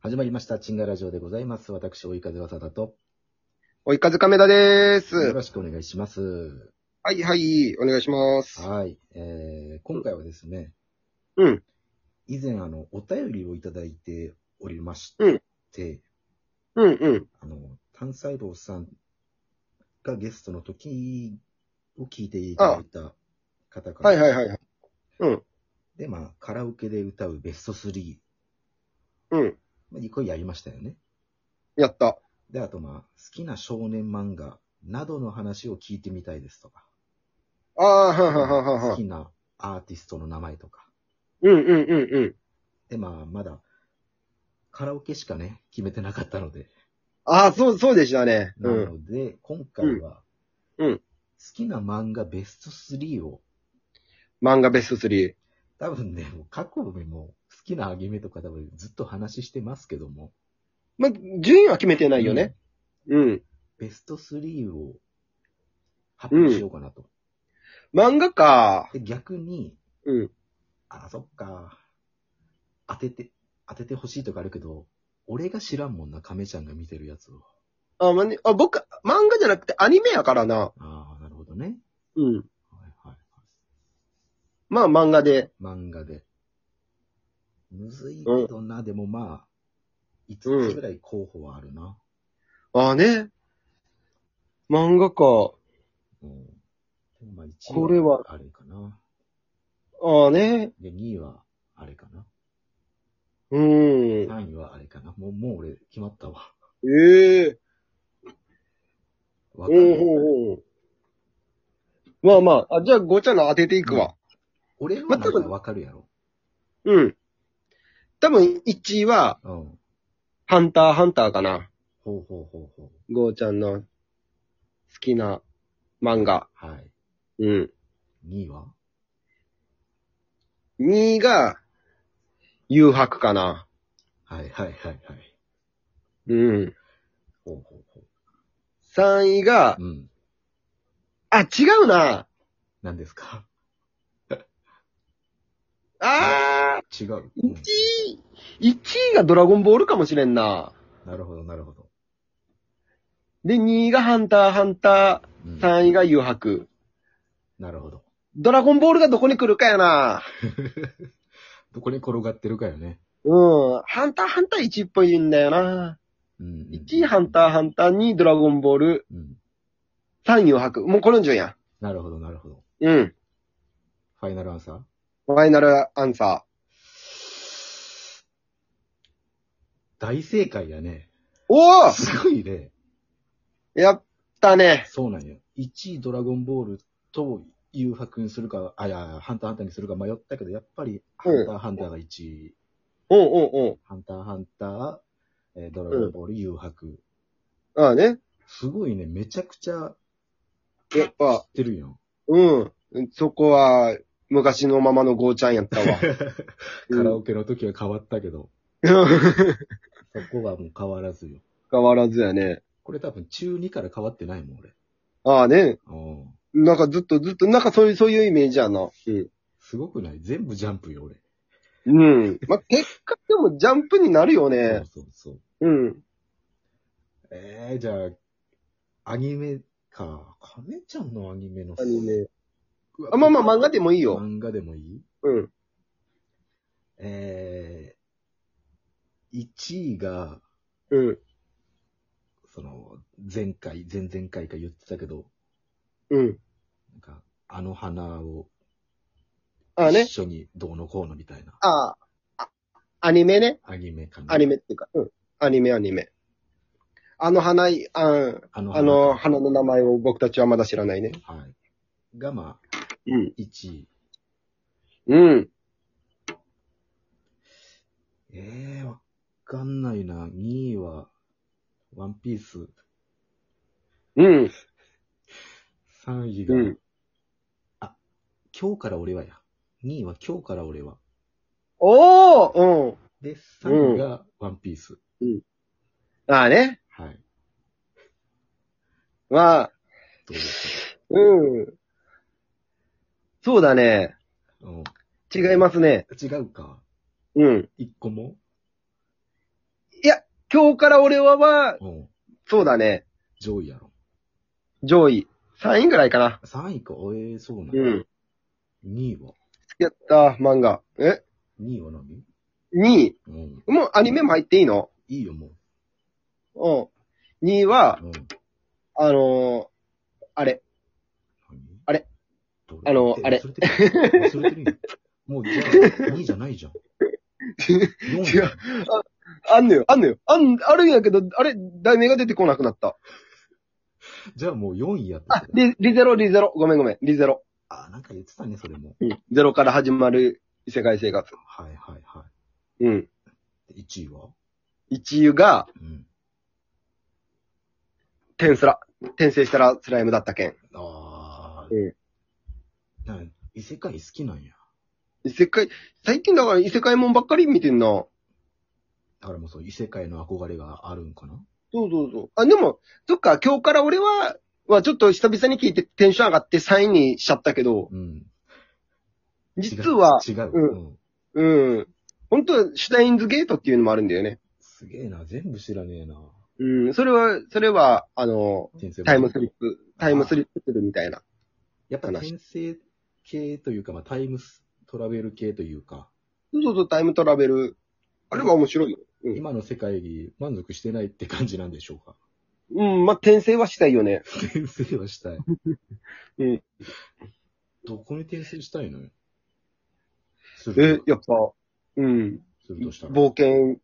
始まりました。チンガラジオでございます。私、追い風わさだと、追い風亀田でよす。ろしくお願いします。はいはい、お願いします。はい。えー、今回はですね、うん。以前、あの、お便りをいただいておりましうんて、うんうん。あの、単細胞さんがゲストの時を聞いていただいた方から、はいはいはいはい。うんで、まあ、カラオケで歌うベスト3、うん。まあ、これやりましたよね。やった。で、あとまあ、好きな少年漫画などの話を聞いてみたいですとか、ああ、はんはんはんはんは好ん。きなアーティストの名前とか、うんうんうんうん。で、まあ、まだ、カラオケしかね、決めてなかったので、ああ、そう、そうでしたね。う。なんので、今回は、うんうん好きな漫画ベスト3を漫画ベスト3。多分ね、もう過去にも好きなアニメとか多分ずっと話してますけども。ま、順位は決めてないよね。うん。うん。ベスト3を発表しようかなと。漫画か。で、逆に、うん。あ、そっか。当てて、当ててほしいとかあるけど、俺が知らんもんな、亀ちゃんが見てるやつを。あ、まね、あ、僕、漫画じゃなくてアニメやからな。ああ、なるほどね。うん。はいはいはい。まあ漫画で。漫画で。むずいけどな、でもまあ、5つぐらい候補はあるな。ああね。漫画か。うん。でもまあ一これは、あれかな。ああね。で、2位は、あれかな。うん。 3位はあれかな。もう、もう俺、決まったわ。ええわかおうる。おうおうまあまあ、あじゃあ、ごちゃの当てていくわ。俺はなんかまあ多分わかるやろ。うん。多分、1位は、うん。ハンター、ハンターかな。ほうほうほうほゴーちゃんの好きな漫画。う。はい。うん。 2位は2位が、誘白かな。はいはいはいはい。うん。ほうほうほ3位がう。、うん。あ、違うな。何ですかあ違う、ー、うん1位、1位がドラゴンボールかもしれんな。なるほどなるほど。で、2位がハンター、ハンタうんー、3位が誘白。なるほど。ドラゴンボールがどこに来るかやな。どこに転がってるかよね。うん。ハンター、ハンター1位っぽいんだよな。うん。 1位、ハンター、ハンター、2位、ドラゴンボール、ー。うん。 3位、を吐く。もうこの順や。なるほどなるほど。うん。ファイナルアンサーファイナルアンサー。大正解やね。おーすごいね。やったね。そうなんよ。1位ドラゴンボールと誘白にするか、あ、いや、ハンターハンターにするか迷ったけど、やっぱり、ハンターハンターが1位。うんうんハンターハンター、えードラゴンボール、誘白。うん。ああね。すごいね、めちゃくちゃやっ知ぱっ、てるやん。うん。そこは、昔のままのゴーちゃんやったわ。 カラオケの時は変わったけど、うんそこはもう変わらずよ。変わらずやね。これ多分中2から変わってないもん、俺。ああね。うん。なんかずっとずっと、なんかそういう、そういうイメージやな。うん。すごくない全部ジャンプよ、俺。うん。まあ、結果でもジャンプになるよそね。うそうそう。うん。えー、じゃあ、アニメか。亀ちゃんのアニメのアニメ。あまあまあ漫画でもいいよ漫画でもいいうん。えー、1位が、うん。その、前回、前々回か言ってたけど、うん。なんか、あの花をああ一ね。緒にどうのこうのみたいなああ。あアニメね。アニメかな。アニメっていうか、うん。アニメ、アニメ。あの花い、あんあのあの花の名前を僕たちはまだ知らないね。はい。が、まあ、うん。 1位。うん。ええー、わかんないな。2位は、ワンピース。うん。 3位が、うん。今日から俺はや。2位は今日から俺は。おーうん。で、3位がワンピース。ああね。はい。まあ、どうですうん。そうだね。か、うん、違いますね。違うか。うん。 1個も今日から俺はは、うん。そうだね、上位やろ。上位。3位ぐらいかな。 3位か、ええそうなんうや。ん。 2位は好きやった、漫画。え ?2 位は何 ?2 位。うん。もうアニメも入っていいのいいよ、もう。うん。2位は、うん。あのー、あれ。何あれどあのえあれ忘れてる忘れてるんやもう、じゃあ、2位じゃないじゃん。4位違う。あんのよ、あんのよ。あん、あるんやけど、あれ、題名が出てこなくなった。じゃあもう4位やったあ、リ、リゼロ、リゼロ。ごめんごめん、リゼロ。あ、なんか言ってたね、それも。うん。ゼロから始まる異世界生活。はいはいはうん。い。で1位は1位が、うん。転スラ。転生したらスライムだったけん。ああ。うんな異世界好きなんや。異世界、最近だから異世界もんばっかり見てんな。だからもうそう、異世界の憧れがあるんかなそうそうそう。あ、でも、そっか、今日から俺は、はちょっと久々に聞いてテンション上がって3位にしちゃったけど、うん。実は、違う。うんうん。うん。本当はシュタインズゲートっていうのもあるんだよね。すげえな、全部知らねえな。うん。それは、それは、あの、転生タイムスリップ。プ、タイムスリップするみたいな。やっぱ転生系というか、まあタイムストラベル系というか、そうそうそう、タイムトラベル。あれは面白いよ。うん今の世界に満足してないって感じなんでしょうか。 うん、まあ、転生はしたいよね。転生はした い。うん。どこに転生したいのよ。すえる、やっぱ、うん。するとしたら。冒険、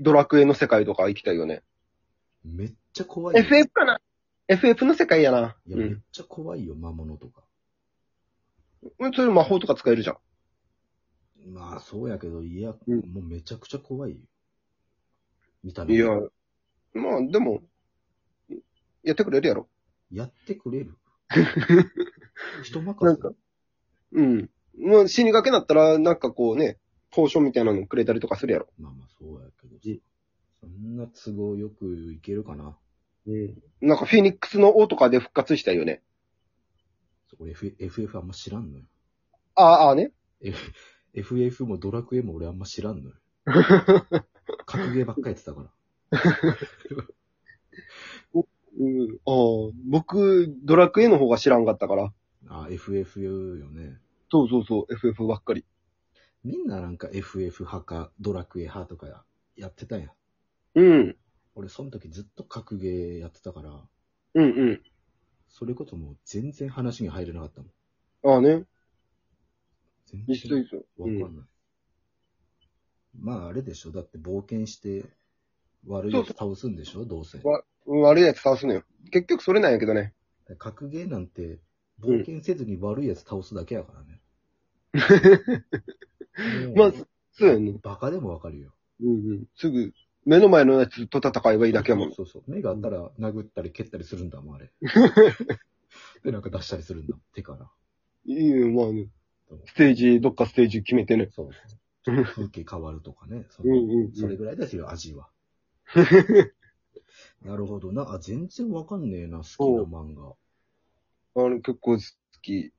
ドラクエの世界とか行きたいよね。めっちゃ怖いよ。 FF かな ?FF の世界やな。いや、うめっんちゃ怖いよ、魔物とか。うん。それ魔法とか使えるじゃん。まあ、そうやけど、いや、うんもうめちゃくちゃ怖いよ。見た目。いや、まあでも、やってくれるやろ。やってく れる人任せなんか、うん。まあ死にかけなったら、なんかこうね、ポーションみたいなのくれたりとかするやろ。まあまあ、そうやけどうんそんな都合よくいけるかな。うん。なんかフェニックスの王とかで復活したいよね。俺、F、FF あんま知らんのよ。ああ、ああね。 F- FF もドラクエも俺あんま知らんのよ。格ゲーばっかやってたから。うん。ああ、僕、ドラクエの方が知らんかったから。あ、FF よね。そうそうそう、FF ばっかり。みんななんか FF 派か、ドラクエ派とかややってたやん。うん。俺、その時ずっと格ゲーやってたから、うんうんそれこそもう全然話に入れなかったもん。。ああね。全一緒然一緒。わかんない。まあ、あれでしょ。だって冒険して、悪いやつ倒すんでしょどうせ。わうん。悪いやつ倒すのよ。結局それなんやけどね。格ゲーなんて、冒険せずに悪いやつ倒すだけやからね。 まもあ、うそうやね。バカでもわかるよ。うんうん。すぐ、目の前のやつと戦えばいいだけやもん。そうそう。目があったら殴ったり蹴ったりするんだ もん、あれ。で、なんか出したりするんだもん、手から。いいよ、まあね。ステージ、どっかステージ決めてね。そう。 風景変わるとかね。そのうんそれぐらいですよ、味は。なるほどな。あ、全然わかんねえな、好きな漫画。 あの、結構好き。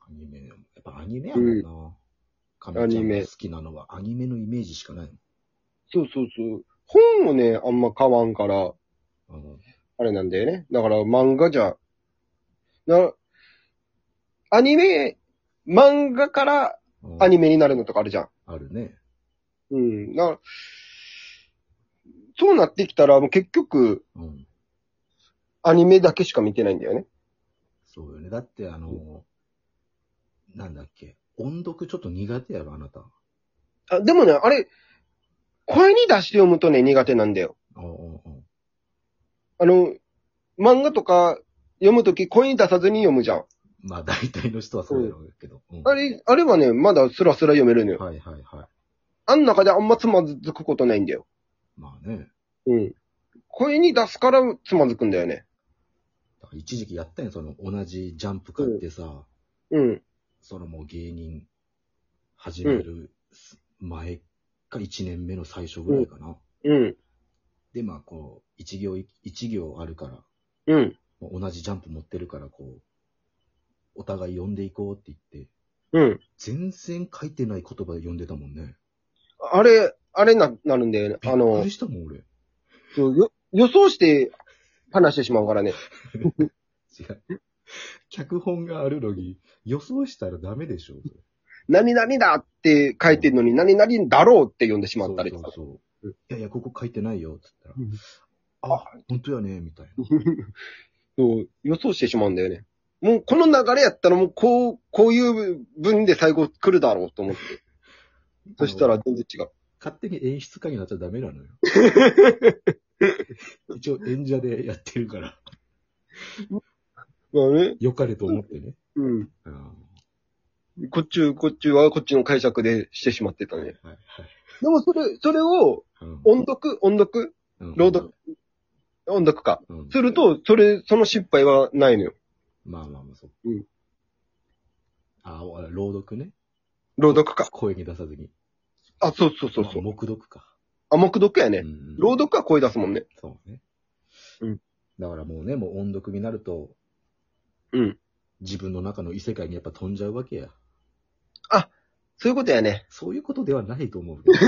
アニメ。やっぱアニメやもんな。亀ちゃアニんがメ好きなのはアニメのイメージしかないもん。そうそうそう。本をね、あんま買わんから、あのあれなんだよね。だから漫画じゃ、な、アニメ、漫画からうんアニメになるのとかあるじゃん。あるね。うん。だから、そうなってきたら、もう結局、うん。アニメだけしか見てないんだよね。そうよね。だって、あの、なんだっけ。音読ちょっと苦手やろ、あなた。あ、でもね、あれ、声に出して読むとね、苦手なんだよ。おうおうあの、漫画とか読むとき声に出さずに読むじゃん。まあ、大体の人はそうやろうけど。うんあれ、あれはね、まだスラスラ読めるのよ。はいはいはい。あん中であんまつまずくことないんだよ。まあね。うん。声に出すからつまずくんだよね。だから一時期やったんや、その、同じジャンプ買ってさ。うん。そのもう芸人始める前か1年目の最初ぐらいかな。うん。で、まあこう、一行い、一行あるから、うん。もう同じジャンプ持ってるから、こう、お互い読んでいこうって言って、うん。全然書いてない言葉で読んでたもんね。あれ、あれな、なるんだよね。あびっのくり、したもん、俺。違そうよ予想して話してしまうからね。う。脚本があるのに、予想したらダメでしょ。それ何々だって書いてるのに、何々だろうって呼んでしまったりとそうか。そううそんう。いやいや、ここ書いてないよ、つったら。うんあ、本当やね、みたいな。そう、予想してしまうんだよね。もうこの流れやったらもうこう、こういう文で最後来るだろうと思って。そしたら全然違う。勝手に演出家になっちゃダメな のよ。一応演者でやってるから、まあね。良かれと思ってね。うん。うんこっち、こっちはこっちの解釈でしてしまってたはいはねい。はいでもそれ、それをうん音読、音読、うん朗読、音読か。うんすると、それ、その失敗はないのよ。まあまあまあ、そう。うんああ、朗読ね。朗読か。声に出さずに。あ、そうそうそうそう。まあ黙読か。あ、黙読やね。うん朗読は声出すもんね。そうね。うんだからもうね、もう音読になると、うん。自分の中の異世界にやっぱ飛んじゃうわけや。そういうことやね。そういうことではないと思うけど。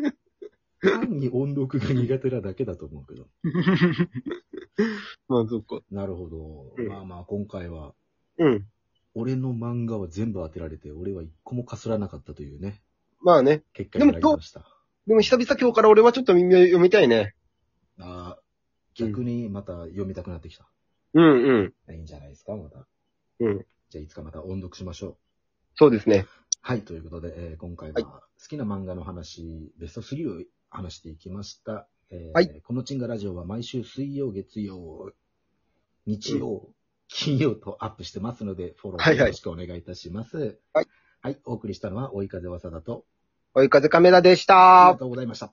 単に音読が苦手なだけだと思うけど。まあ、そうか。なるほど。うんまあまあ、今回は、うん。俺の漫画は全部当てられて、俺は一個もかすらなかったというね、まあね。結果になりました。でも久々今日から俺はちょっと耳を読みたいね。あー逆にまた読みたくなってきた。うんうん。いいんじゃないですか、また。うん。じゃあ、いつかまた音読しましょう。そうですね。はい、ということで、えー今回ははい好きな漫画の話、ベスト3を話していきました。えーはいこのチンガラジオは毎週水曜、月曜、日曜、金曜とアップしてますので、フォロはーいよはいろしくお願いいたします。はいはいお送りしたのは、追い風わさだと、追い風カメラでしあたりが。とうございました。